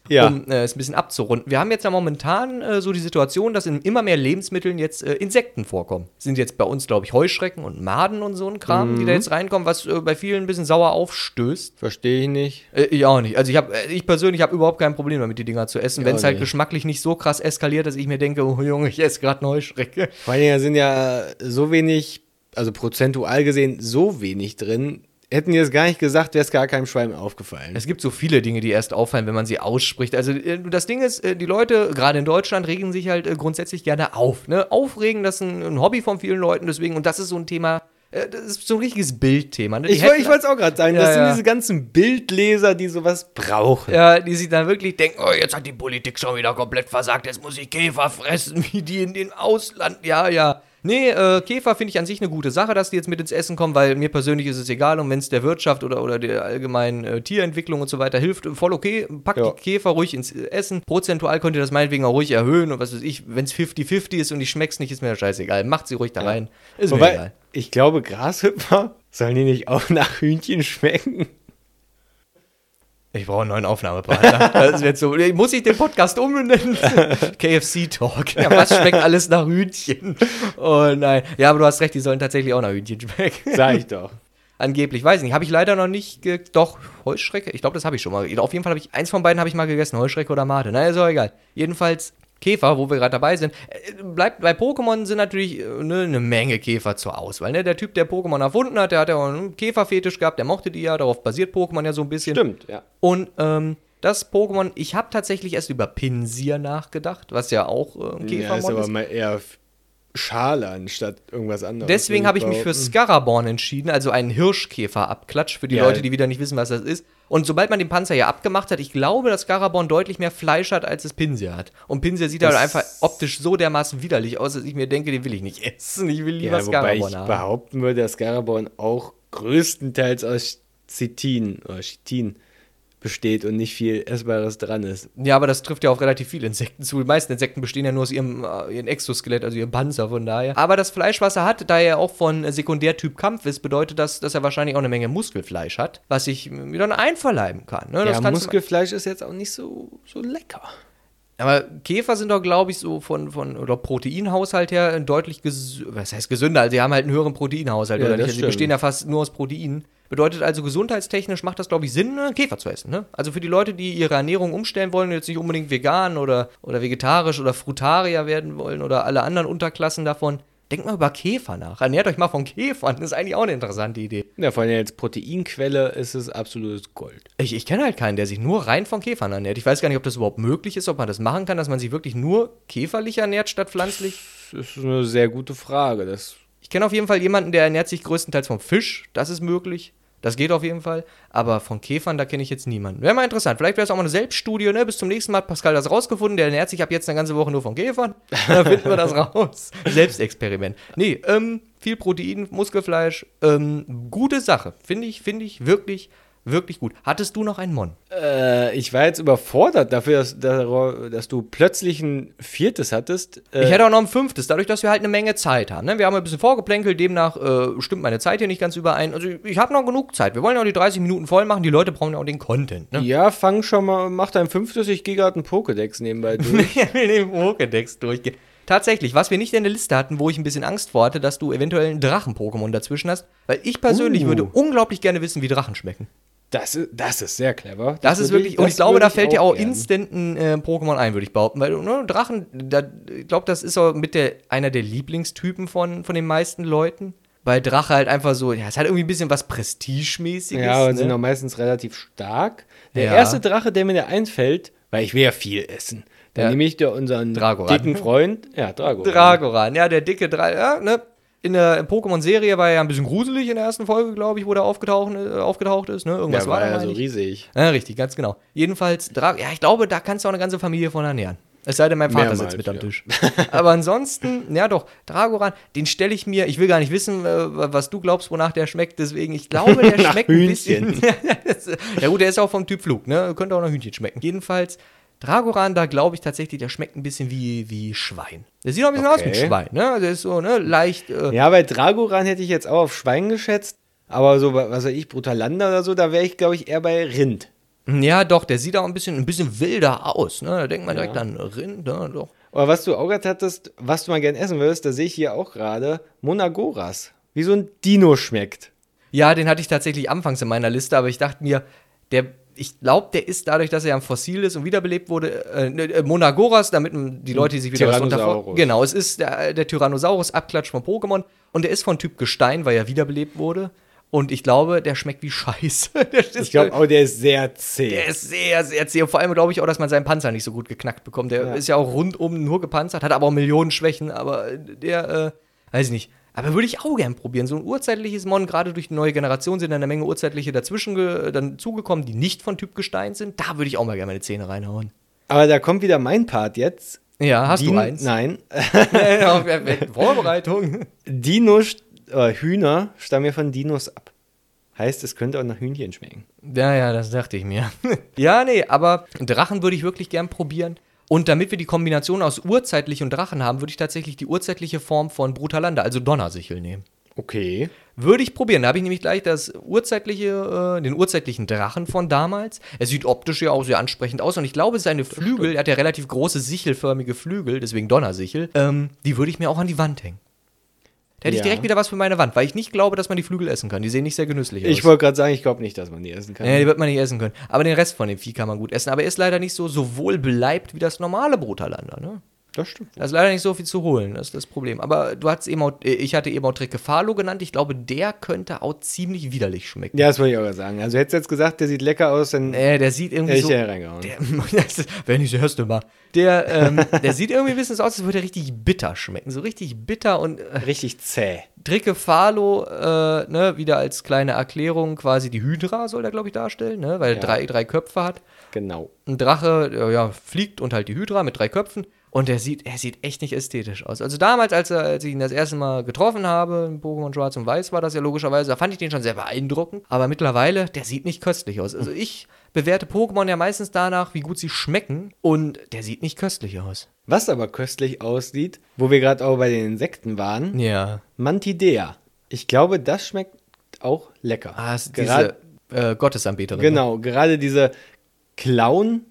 A: Ja.
B: um äh, es ein bisschen abzurunden. Wir haben jetzt ja momentan äh, so die Situation, dass in immer mehr Lebensmitteln jetzt äh, Insekten vorkommen. Sind jetzt bei uns, glaube ich, Heuschrecken und Maden und so ein Kram, die da jetzt reinkommen, was äh, bei vielen ein bisschen sauer aufstößt.
A: Verstehe ich nicht.
B: Äh, Ich auch nicht. Also ich habe, ich persönlich habe überhaupt kein Problem damit, die Dinger zu essen,
A: Ja,
B: wenn es halt
A: nee.
B: geschmacklich nicht so krass eskaliert, dass ich mir denke, oh Junge, ich esse gerade eine Heuschrecke.
A: Vor allen Dingen da sind ja äh, so wenig, also prozentual gesehen, so wenig drin. Hätten die es gar nicht gesagt, wäre es gar keinem Schwein aufgefallen.
B: Es gibt so viele Dinge, die erst auffallen, wenn man sie ausspricht. Also äh, das Ding ist, äh, die Leute, gerade in Deutschland, regen sich halt äh, grundsätzlich gerne auf. Ne? Aufregen, das ist ein, ein Hobby von vielen Leuten, deswegen, und das ist so ein Thema, äh, das ist so ein richtiges Bildthema. Ne? Die
A: Ich, woll-
B: hätten-
A: ich wollte es auch gerade sagen.
B: Ja,
A: das
B: ja.
A: sind diese ganzen Bildleser, die sowas brauchen.
B: Ja, die sich dann wirklich denken, oh, jetzt hat die Politik schon wieder komplett versagt, jetzt muss ich Käfer fressen, wie die in den Ausland. Ja, ja. Nee, äh, Käfer finde ich an sich eine gute Sache, dass die jetzt mit ins Essen kommen, weil mir persönlich ist es egal, und wenn es der Wirtschaft oder, oder der allgemeinen äh, Tierentwicklung und so weiter hilft, äh, voll okay, packt
A: Ja.
B: die Käfer ruhig ins äh, Essen. Prozentual könnt ihr das meinetwegen auch ruhig erhöhen und was weiß ich, wenn es 50-50 ist und ich schmeck's nicht, ist mir das scheißegal. Macht sie ruhig da rein. Ist mir
A: Wobei,
B: egal.
A: ich glaube, Grashüpfer sollen die nicht auch nach Hühnchen schmecken.
B: Ich brauche einen neuen Aufnahmepartner. Das wird so. Muss ich den Podcast umbenennen? KFC Talk. Ja, was schmeckt alles nach Hühnchen? Oh nein. Ja, aber du hast recht, die sollen tatsächlich auch nach Hühnchen schmecken.
A: Sag ich doch.
B: Angeblich, weiß nicht. Habe ich leider noch nicht. Ge Doch, Heuschrecke? Ich glaube, das habe ich schon mal. Auf jeden Fall habe ich. Eins von beiden habe ich mal gegessen. Heuschrecke oder Mate. Na, ist auch egal. Jedenfalls. Käfer, wo wir gerade dabei sind, Äh, bleibt bei Pokémon sind natürlich äh, ne, eine Menge Käfer zur Auswahl. Ne? Der Typ, der Pokémon erfunden hat, der hat ja auch einen Käferfetisch gehabt, der mochte die ja, darauf basiert Pokémon ja so ein bisschen.
A: Stimmt, ja.
B: Und ähm, das Pokémon, ich habe tatsächlich erst über Pinsir nachgedacht, was ja auch äh,
A: ja, ist
B: ein Käfermon
A: aber
B: ist.
A: mal eher Schale anstatt irgendwas anderes.
B: Deswegen habe ich mich für
A: fürs
B: Scaraborn entschieden, also einen Hirschkäferabklatsch für die
A: Ja.
B: Leute, die wieder nicht wissen, was das ist. Und sobald man den Panzer ja abgemacht hat, ich glaube, dass Scaraborn deutlich mehr Fleisch hat, als es Pinsir hat. Und Pinsir sieht halt
A: Das-
B: einfach optisch so dermaßen widerlich aus, dass ich mir denke, den will ich nicht essen. Ich will lieber
A: Ja, wobei ich
B: Scaraborn haben.
A: behaupten würde, dass Scaraborn auch größtenteils aus Chitin, oder Chitin besteht und nicht viel Essbares dran ist.
B: Ja, aber das trifft ja auf relativ viele Insekten zu. Die meisten Insekten bestehen ja nur aus ihrem äh, ihren Exoskelett, also ihrem Panzer, von daher. Aber das Fleisch, was er hat, da er auch von äh, Sekundärtyp Kampf ist, bedeutet das, dass er wahrscheinlich auch eine Menge Muskelfleisch hat, was ich äh, wieder einverleiben kann. Ne? Das
A: ja,
B: kannst du-
A: Muskelfleisch ist jetzt auch nicht so, so lecker.
B: aber Käfer sind doch, glaube ich, so von, von oder Proteinhaushalt her ein deutlich ges was heißt gesünder. Also, die haben halt einen höheren Proteinhaushalt,
A: Ja,
B: oder
A: das
B: nicht? Also, die
A: stimmt.
B: bestehen ja fast nur aus Proteinen. Bedeutet also, gesundheitstechnisch macht das, glaube ich, Sinn, äh, Käfer zu essen. Ne? Also für die Leute, die ihre Ernährung umstellen wollen, und jetzt nicht unbedingt vegan oder, oder vegetarisch oder Frutarier werden wollen oder alle anderen Unterklassen davon, denkt mal über Käfer nach. Ernährt euch mal von Käfern. Das ist eigentlich auch eine interessante Idee.
A: Ja, vor allem als Proteinquelle ist es absolutes Gold.
B: Ich, ich kenne halt keinen, der sich nur rein von Käfern ernährt. Ich weiß gar nicht, ob das überhaupt möglich ist, ob man das machen kann, dass man sich wirklich nur käferlich ernährt statt pflanzlich.
A: Das ist eine sehr gute Frage. Das
B: Ich kenne auf jeden Fall jemanden, der ernährt sich größtenteils vom Fisch. Das ist möglich. Das geht auf jeden Fall. Aber von Käfern, da kenne ich jetzt niemanden. Wäre mal interessant. Vielleicht wäre es auch mal eine Selbststudie. Ne? Bis zum nächsten Mal hat Pascal das rausgefunden. Der ernährt sich ab jetzt eine ganze Woche nur von Käfern. Dann finden wir das raus. Selbstexperiment. Nee, ähm, viel Protein, Muskelfleisch. Ähm, gute Sache. Finde ich, finde ich wirklich Wirklich gut. Hattest du noch einen Mon?
A: Äh, ich war jetzt überfordert dafür, dass, dass, dass du plötzlich ein viertes hattest. Äh,
B: Ich hätte auch noch ein fünftes, dadurch, dass wir halt eine Menge Zeit haben. Ne? Wir haben ein bisschen vorgeplänkelt, demnach äh, stimmt meine Zeit hier nicht ganz überein. Also ich, ich habe noch genug Zeit. Wir wollen ja auch die 30 Minuten voll machen, die Leute brauchen ja auch den Content. Ne?
A: ja, fang schon mal, mach dein fünftes, ich gehe gerade einen Pokédex nebenbei durch.
B: Ja, mit dem Pokédex durchgehen. Tatsächlich, was wir nicht in der Liste hatten, wo ich ein bisschen Angst vor hatte, dass du eventuell ein Drachen-Pokémon dazwischen hast, weil ich persönlich
A: Uh.
B: würde unglaublich gerne wissen, wie Drachen schmecken.
A: Das, ist- das ist sehr clever.
B: Das, ist
A: würde
B: wirklich, und
A: das
B: ich glaube, da
A: würde
B: fällt dir auch
A: gern.
B: instant ein äh, Pokémon ein, würde ich behaupten, weil ne, Drachen, da, ich glaube, das ist auch mit der, einer der Lieblingstypen von, von den meisten Leuten. Bei Drache halt einfach so, ja, es hat irgendwie ein bisschen was Prestigemäßiges.
A: Ja, und
B: ne?
A: sind auch meistens relativ stark. Der
B: Ja.
A: erste Drache, der mir da einfällt, weil ich will ja viel essen. Dann
B: Ja.
A: nehme ich da unseren
B: Dragoran.
A: dicken Freund. Ja, Drago.
B: Dragoran, ja, der dicke Dra ja, ne? In der Pokémon-Serie war er ja ein bisschen gruselig in der ersten Folge, glaube ich, wo er aufgetaucht, äh, aufgetaucht ist, ne? Irgendwas
A: Ja, war
B: da,
A: ja so
B: meine ich.
A: riesig.
B: Ja, richtig, ganz genau. Jedenfalls, Dra ja, ich glaube, da kannst du auch eine ganze Familie von ernähren. Es sei denn, mein Vater
A: Mehrmals,
B: sitzt mit am
A: ja.
B: Tisch. Aber ansonsten, ja doch, Dragoran, den stelle ich mir, ich will gar nicht wissen, äh, was du glaubst, wonach der schmeckt, deswegen, ich glaube, der
A: Nach
B: schmeckt ein bisschen. ja gut, der ist ja auch vom Typ Flug, ne? Könnte auch nach Hühnchen schmecken. Jedenfalls, Dragoran, da glaube ich tatsächlich, der schmeckt ein bisschen wie, wie Schwein. Der sieht auch ein bisschen aus wie ein
A: Okay.
B: Schwein, ne? Der ist so, ne, leicht. Äh,
A: Ja, bei Dragoran hätte ich jetzt auch auf Schwein geschätzt. Aber so, bei- was weiß ich, Brutalanda oder so, da wäre ich, glaube ich, eher bei Rind.
B: ja, doch, der sieht auch ein bisschen, ein bisschen wilder aus, ne? Da denkt man direkt
A: Ja.
B: an Rind, ne? Doch.
A: Aber was du auch gerade hattest, was du mal gern essen würdest, da sehe ich hier auch gerade Monagoras. Wie so ein Dino schmeckt.
B: Ja, den hatte ich tatsächlich anfangs in meiner Liste, aber ich dachte mir, der, ich glaube, der ist dadurch, dass er am Fossil ist und wiederbelebt wurde, äh, äh, Monagoras, damit m- die Leute die sich wieder was runterfro-
A: Tyrannosaurus.
B: Genau, es ist der, der Tyrannosaurus-Abklatsch von Pokémon und der ist von Typ Gestein, weil er wiederbelebt wurde. Und ich glaube, der schmeckt wie Scheiße. Der ist-
A: Ich glaube, oh, der ist sehr zäh.
B: der ist sehr, sehr zäh. Und Vor allem glaube ich auch, dass man seinen Panzer nicht so gut geknackt bekommt. Der
A: Ja.
B: ist ja auch rundum nur gepanzert, hat aber auch Millionen Schwächen, aber der, äh, weiß ich nicht. Aber würde ich auch gern probieren. So ein urzeitliches Mon, gerade durch die neue Generation sind da eine Menge urzeitliche dazwischen ge dann zugekommen, die nicht von Typ Gestein sind. Da würde ich auch mal gerne meine Zähne reinhauen.
A: Aber da kommt wieder mein Part jetzt.
B: Ja, Ah, hast
A: Din-
B: du eins?
A: Nein.
B: Auf- auf- Vorbereitung.
A: Dinos, äh, Hühner stammen ja von Dinos ab. Heißt, es könnte auch nach Hühnchen schmecken.
B: Ja, ja, das dachte ich mir. ja, nee, aber Drachen würde ich wirklich gern probieren. Und damit wir die Kombination aus urzeitlich und Drachen haben, würde ich tatsächlich die urzeitliche Form von Brutalanda, also Donnersichel, nehmen.
A: Okay.
B: Würde ich probieren. Da habe ich nämlich gleich das urzeitliche, äh, den urzeitlichen Drachen von damals. Er sieht optisch ja auch sehr ansprechend aus und ich glaube, seine Flügel, er hat ja relativ große sichelförmige Flügel, deswegen Donnersichel, ähm, die würde ich mir auch an die Wand hängen. Da hätte ich
A: Ja.
B: direkt wieder was für meine Wand, weil ich nicht glaube, dass man die Flügel essen kann. Die sehen nicht sehr genüsslich aus.
A: Ich wollte gerade sagen, ich glaube nicht, dass man die essen kann.
B: Ja, die wird man nicht essen können. Aber den Rest von dem Vieh kann man gut essen. Aber er ist leider nicht so, so wohlbeleibt wie das normale Brutalander. Ne?
A: das stimmt.
B: Da ist leider nicht so viel zu holen. Das ist das Problem. Aber du hattest eben auch, äh, ich hatte eben auch Trickefalo genannt. Ich glaube, der könnte auch ziemlich widerlich schmecken.
A: Ja, das wollte ich auch gerade sagen. Also hättest du jetzt gesagt, der sieht lecker aus, dann hätte
B: Äh, der sieht irgendwie
A: ich
B: so.
A: ja reingehauen.
B: Der, das ist- wenn ich das erste Mal. Der, ähm, der sieht irgendwie ein bisschen so aus, als würde er richtig bitter schmecken. So richtig bitter und äh,
A: Richtig zäh.
B: Dricefalo, äh, ne, wieder als kleine Erklärung, quasi die Hydra soll er, glaube ich, darstellen, ne, weil er
A: Ja.
B: drei, drei Köpfe hat.
A: Genau.
B: ein Drache äh, ja, fliegt und halt die Hydra mit drei Köpfen. Und er sieht, er sieht echt nicht ästhetisch aus. Also damals, als, er, als ich ihn das erste Mal getroffen habe, in Pokémon Schwarz und Weiß war das ja logischerweise, da fand ich den schon sehr beeindruckend. Aber mittlerweile, der sieht nicht köstlich aus. Also ich bewerte Pokémon ja meistens danach, wie gut sie schmecken. Und der sieht nicht köstlich aus.
A: Was aber köstlich aussieht, wo wir gerade auch bei den Insekten waren,
B: Ja.
A: Mantidea. Ich glaube, das schmeckt auch lecker.
B: Ah, es ist
A: Gerade-
B: diese äh, Gottesanbeterin.
A: Genau, gerade diese Klauen,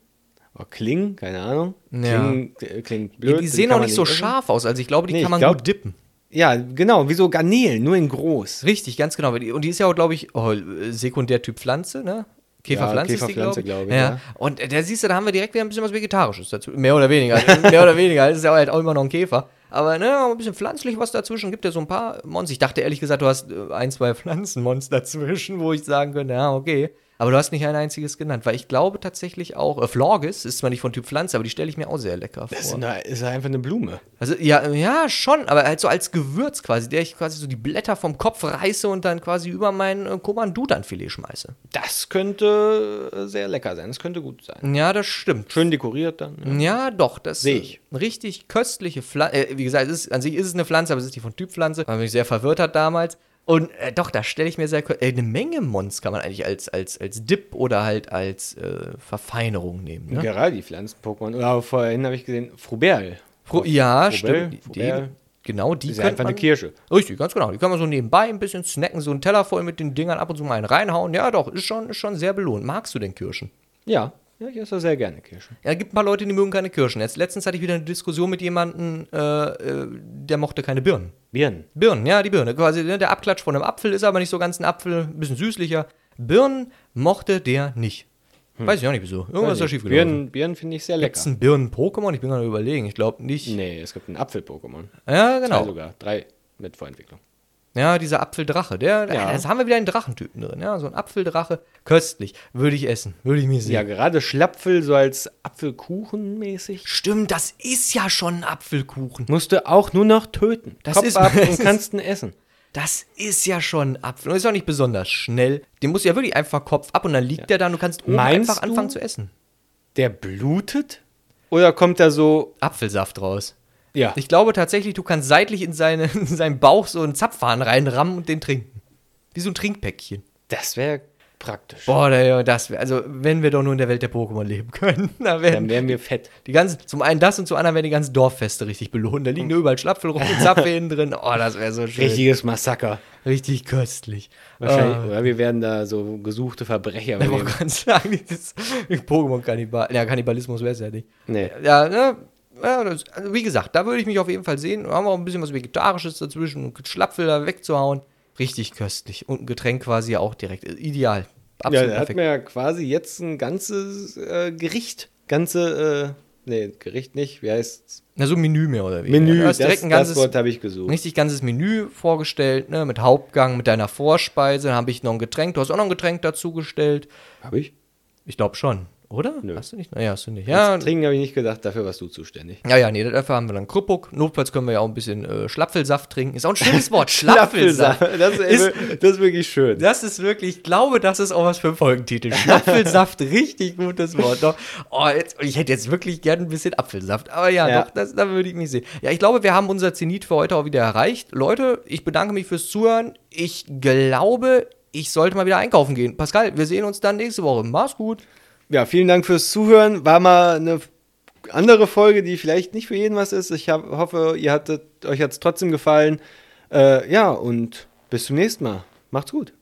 A: oder Klingen, keine Ahnung.
B: Ja.
A: Klingen, äh, klingt blöd.
B: Ja, die
A: den
B: sehen
A: kann
B: auch
A: man
B: nicht so
A: essen.
B: scharf aus. Also ich glaube, die
A: Nee,
B: kann
A: ich
B: man
A: glaub-
B: gut dippen.
A: Ja, genau, wie so Garnelen, nur in groß.
B: Richtig, ganz genau. Und die ist ja auch, glaube ich, oh, Sekundärtyp Pflanze, ne? Käferpflanze ist die, glaube
A: Käferpflanze,
B: ich.
A: glaub ich,
B: ja.
A: ja.
B: Und äh, da siehst du, da haben wir direkt wieder ein bisschen was Vegetarisches dazu. Mehr oder weniger. Mehr oder weniger. Das ist ja halt auch immer noch ein Käfer. Aber ne, auch ein bisschen pflanzlich was dazwischen. Gibt ja so ein paar Monster. Ich dachte ehrlich gesagt, du hast äh, ein, zwei Pflanzenmonster dazwischen, wo ich sagen könnte, ja, okay. Aber du hast nicht ein einziges genannt. Weil ich glaube tatsächlich auch, äh, Florgis ist zwar nicht von Typ Pflanze, aber die stelle ich mir auch sehr lecker vor.
A: Das ist, eine, ist einfach eine Blume.
B: Also, ja, ja, schon, aber halt so als Gewürz quasi, der ich quasi so die Blätter vom Kopf reiße und dann quasi über mein äh, Kommandutanfilet schmeiße.
A: Das könnte äh, sehr lecker sein, das könnte gut sein.
B: Ja, das stimmt.
A: Schön dekoriert dann.
B: Ja, doch, das
A: Seh ich.
B: äh, richtig köstliche Pflanze. Äh, wie gesagt, es ist, an sich ist es eine Pflanze, aber es ist die von Typ Pflanze, weil mich sehr verwirrt hat damals. Und äh, doch, da stelle ich mir sehr äh, eine Menge Mons kann man eigentlich als, als, als Dip oder halt als äh, Verfeinerung nehmen. Ne?
A: Gerade die Pflanzen-Pokémon. Oder vorhin habe ich gesehen, Frubel.
B: Fro- ja, stimmt.
A: Frubel.
B: Die, genau, die
A: Ist ja einfach
B: man,
A: eine Kirsche.
B: Richtig, ganz genau. Die kann man so nebenbei ein bisschen snacken, so einen Teller voll mit den Dingern ab und zu mal einen reinhauen. Ja, doch, ist schon, ist schon sehr belohnt. Magst du denn Kirschen?
A: Ja. ja, ich esse sehr gerne Kirsche.
B: Ja, gibt ein paar Leute, die mögen keine Kirschen. Jetzt letztens hatte ich wieder eine Diskussion mit jemandem, äh, äh, der mochte keine Birnen.
A: Birnen.
B: Birnen, ja, die Birne. Quasi ne, der Abklatsch von einem Apfel ist aber nicht so ganz ein Apfel, ein bisschen süßlicher. Birnen mochte der nicht. Weiß ich auch nicht wieso. Irgendwas ist da schief gelaufen.
A: Hm. Birnen, Birnen finde ich sehr
B: Gibt
A: lecker.
B: es ein Birnen-Pokémon? Ich bin gerade überlegen. Ich glaube nicht.
A: Nee, es gibt ein Apfel-Pokémon.
B: Ja, genau.
A: Drei sogar. Drei mit Vorentwicklung.
B: Ja, dieser Apfeldrache. Der,
A: Ja.
B: ja. Das haben wir wieder einen Drachentypen drin. Ja, so ein Apfeldrache. Köstlich. Würde ich essen. Würde ich mir sehen.
A: Ja, gerade Schlapfel so als Apfelkuchen mäßig.
B: Stimmt, das ist ja schon ein Apfelkuchen.
A: Musst du auch nur noch töten.
B: Das
A: Kopf
B: ist-
A: ab
B: das
A: und
B: ist-
A: kannst ihn essen.
B: Das ist ja schon ein Apfel. Und ist auch nicht besonders schnell. Den musst du ja wirklich einfach Kopf ab und dann liegt der da und du kannst oben
A: Meinst
B: einfach
A: du?
B: anfangen zu essen.
A: Der blutet? Oder kommt da so,
B: Apfelsaft raus.
A: ja,
B: Ich glaube tatsächlich, du kannst seitlich in, seine, in seinen Bauch so einen Zapfhahn reinrammen und den trinken. Wie so ein Trinkpäckchen.
A: das wäre praktisch.
B: Boah, da- ja, das wäre, also wenn wir doch nur in der Welt der Pokémon leben können, da
A: Dann
B: wären
A: wären wir fett.
B: die ganzen, zum einen das und zum anderen wären die ganzen Dorffeste richtig belohnt. Da liegen nur überall Schlapfel rum und Zapfen drin. Oh, das wäre so schön.
A: Richtiges Massaker.
B: Richtig köstlich.
A: Wahrscheinlich,
B: Ah.
A: oder wir werden da so gesuchte Verbrecher.
B: Ich
A: nehmen.
B: wollte gerade sagen, dieses Pokémon-Kannibal. Ja, Kannibalismus wäre es ja nicht.
A: Nee.
B: Ja, ne? Ja, das, also wie gesagt, da würde ich mich auf jeden Fall sehen. Da haben wir auch ein bisschen was Vegetarisches dazwischen, um Schlapfel da wegzuhauen. Richtig köstlich. Und ein Getränk quasi auch direkt. Äh, Ideal.
A: Ja,
B: Absolut
A: da hat
B: perfekt.
A: mir ja quasi jetzt ein ganzes äh, Gericht. Ganze, äh, nee, Gericht nicht, wie heißt
B: Na, so ein Menü mehr oder weniger.
A: Menü,
B: Du
A: das,
B: hast direkt
A: das,
B: ein ganzes,
A: Wort habe ich
B: ein
A: gesucht.
B: richtig ganzes Menü vorgestellt, ne? Mit Hauptgang, mit deiner Vorspeise. Dann habe ich noch ein Getränk. Du hast auch noch ein Getränk dazugestellt.
A: Habe ich? Ich
B: Glaub schon. Oder?
A: Nö.
B: Hast du nicht? Naja, hast du nicht.
A: Ja,
B: Ja,
A: trinken habe ich nicht gedacht, dafür warst du zuständig.
B: Ja, ja, nee, dafür haben wir dann Kruppuck. Notfalls können wir ja auch ein bisschen äh, Schlapfelsaft trinken. Ist auch ein schönes Wort. Schlapfelsaft.
A: Das ist,
B: Ist-
A: das ist wirklich schön.
B: Das ist wirklich, ich glaube, das ist auch was für einen Folgentitel. Schlapfelsaft, richtig gutes Wort. Doch. Oh, jetzt, ich hätte jetzt wirklich gern ein bisschen Apfelsaft. Aber ja,
A: Ja.
B: doch, das, da würde ich mich sehen. Ja, ich glaube, wir haben unser Zenit für heute auch wieder erreicht. Leute, ich bedanke mich fürs Zuhören. Ich glaube, ich sollte mal wieder einkaufen gehen. Pascal, wir sehen uns dann nächste Woche. Mach's gut.
A: Ja, vielen Dank fürs Zuhören. War mal eine andere Folge, die vielleicht nicht für jeden was ist. Ich hab, hoffe, ihr hattet, euch hat es trotzdem gefallen. Äh, ja, und bis zum nächsten Mal. Macht's gut.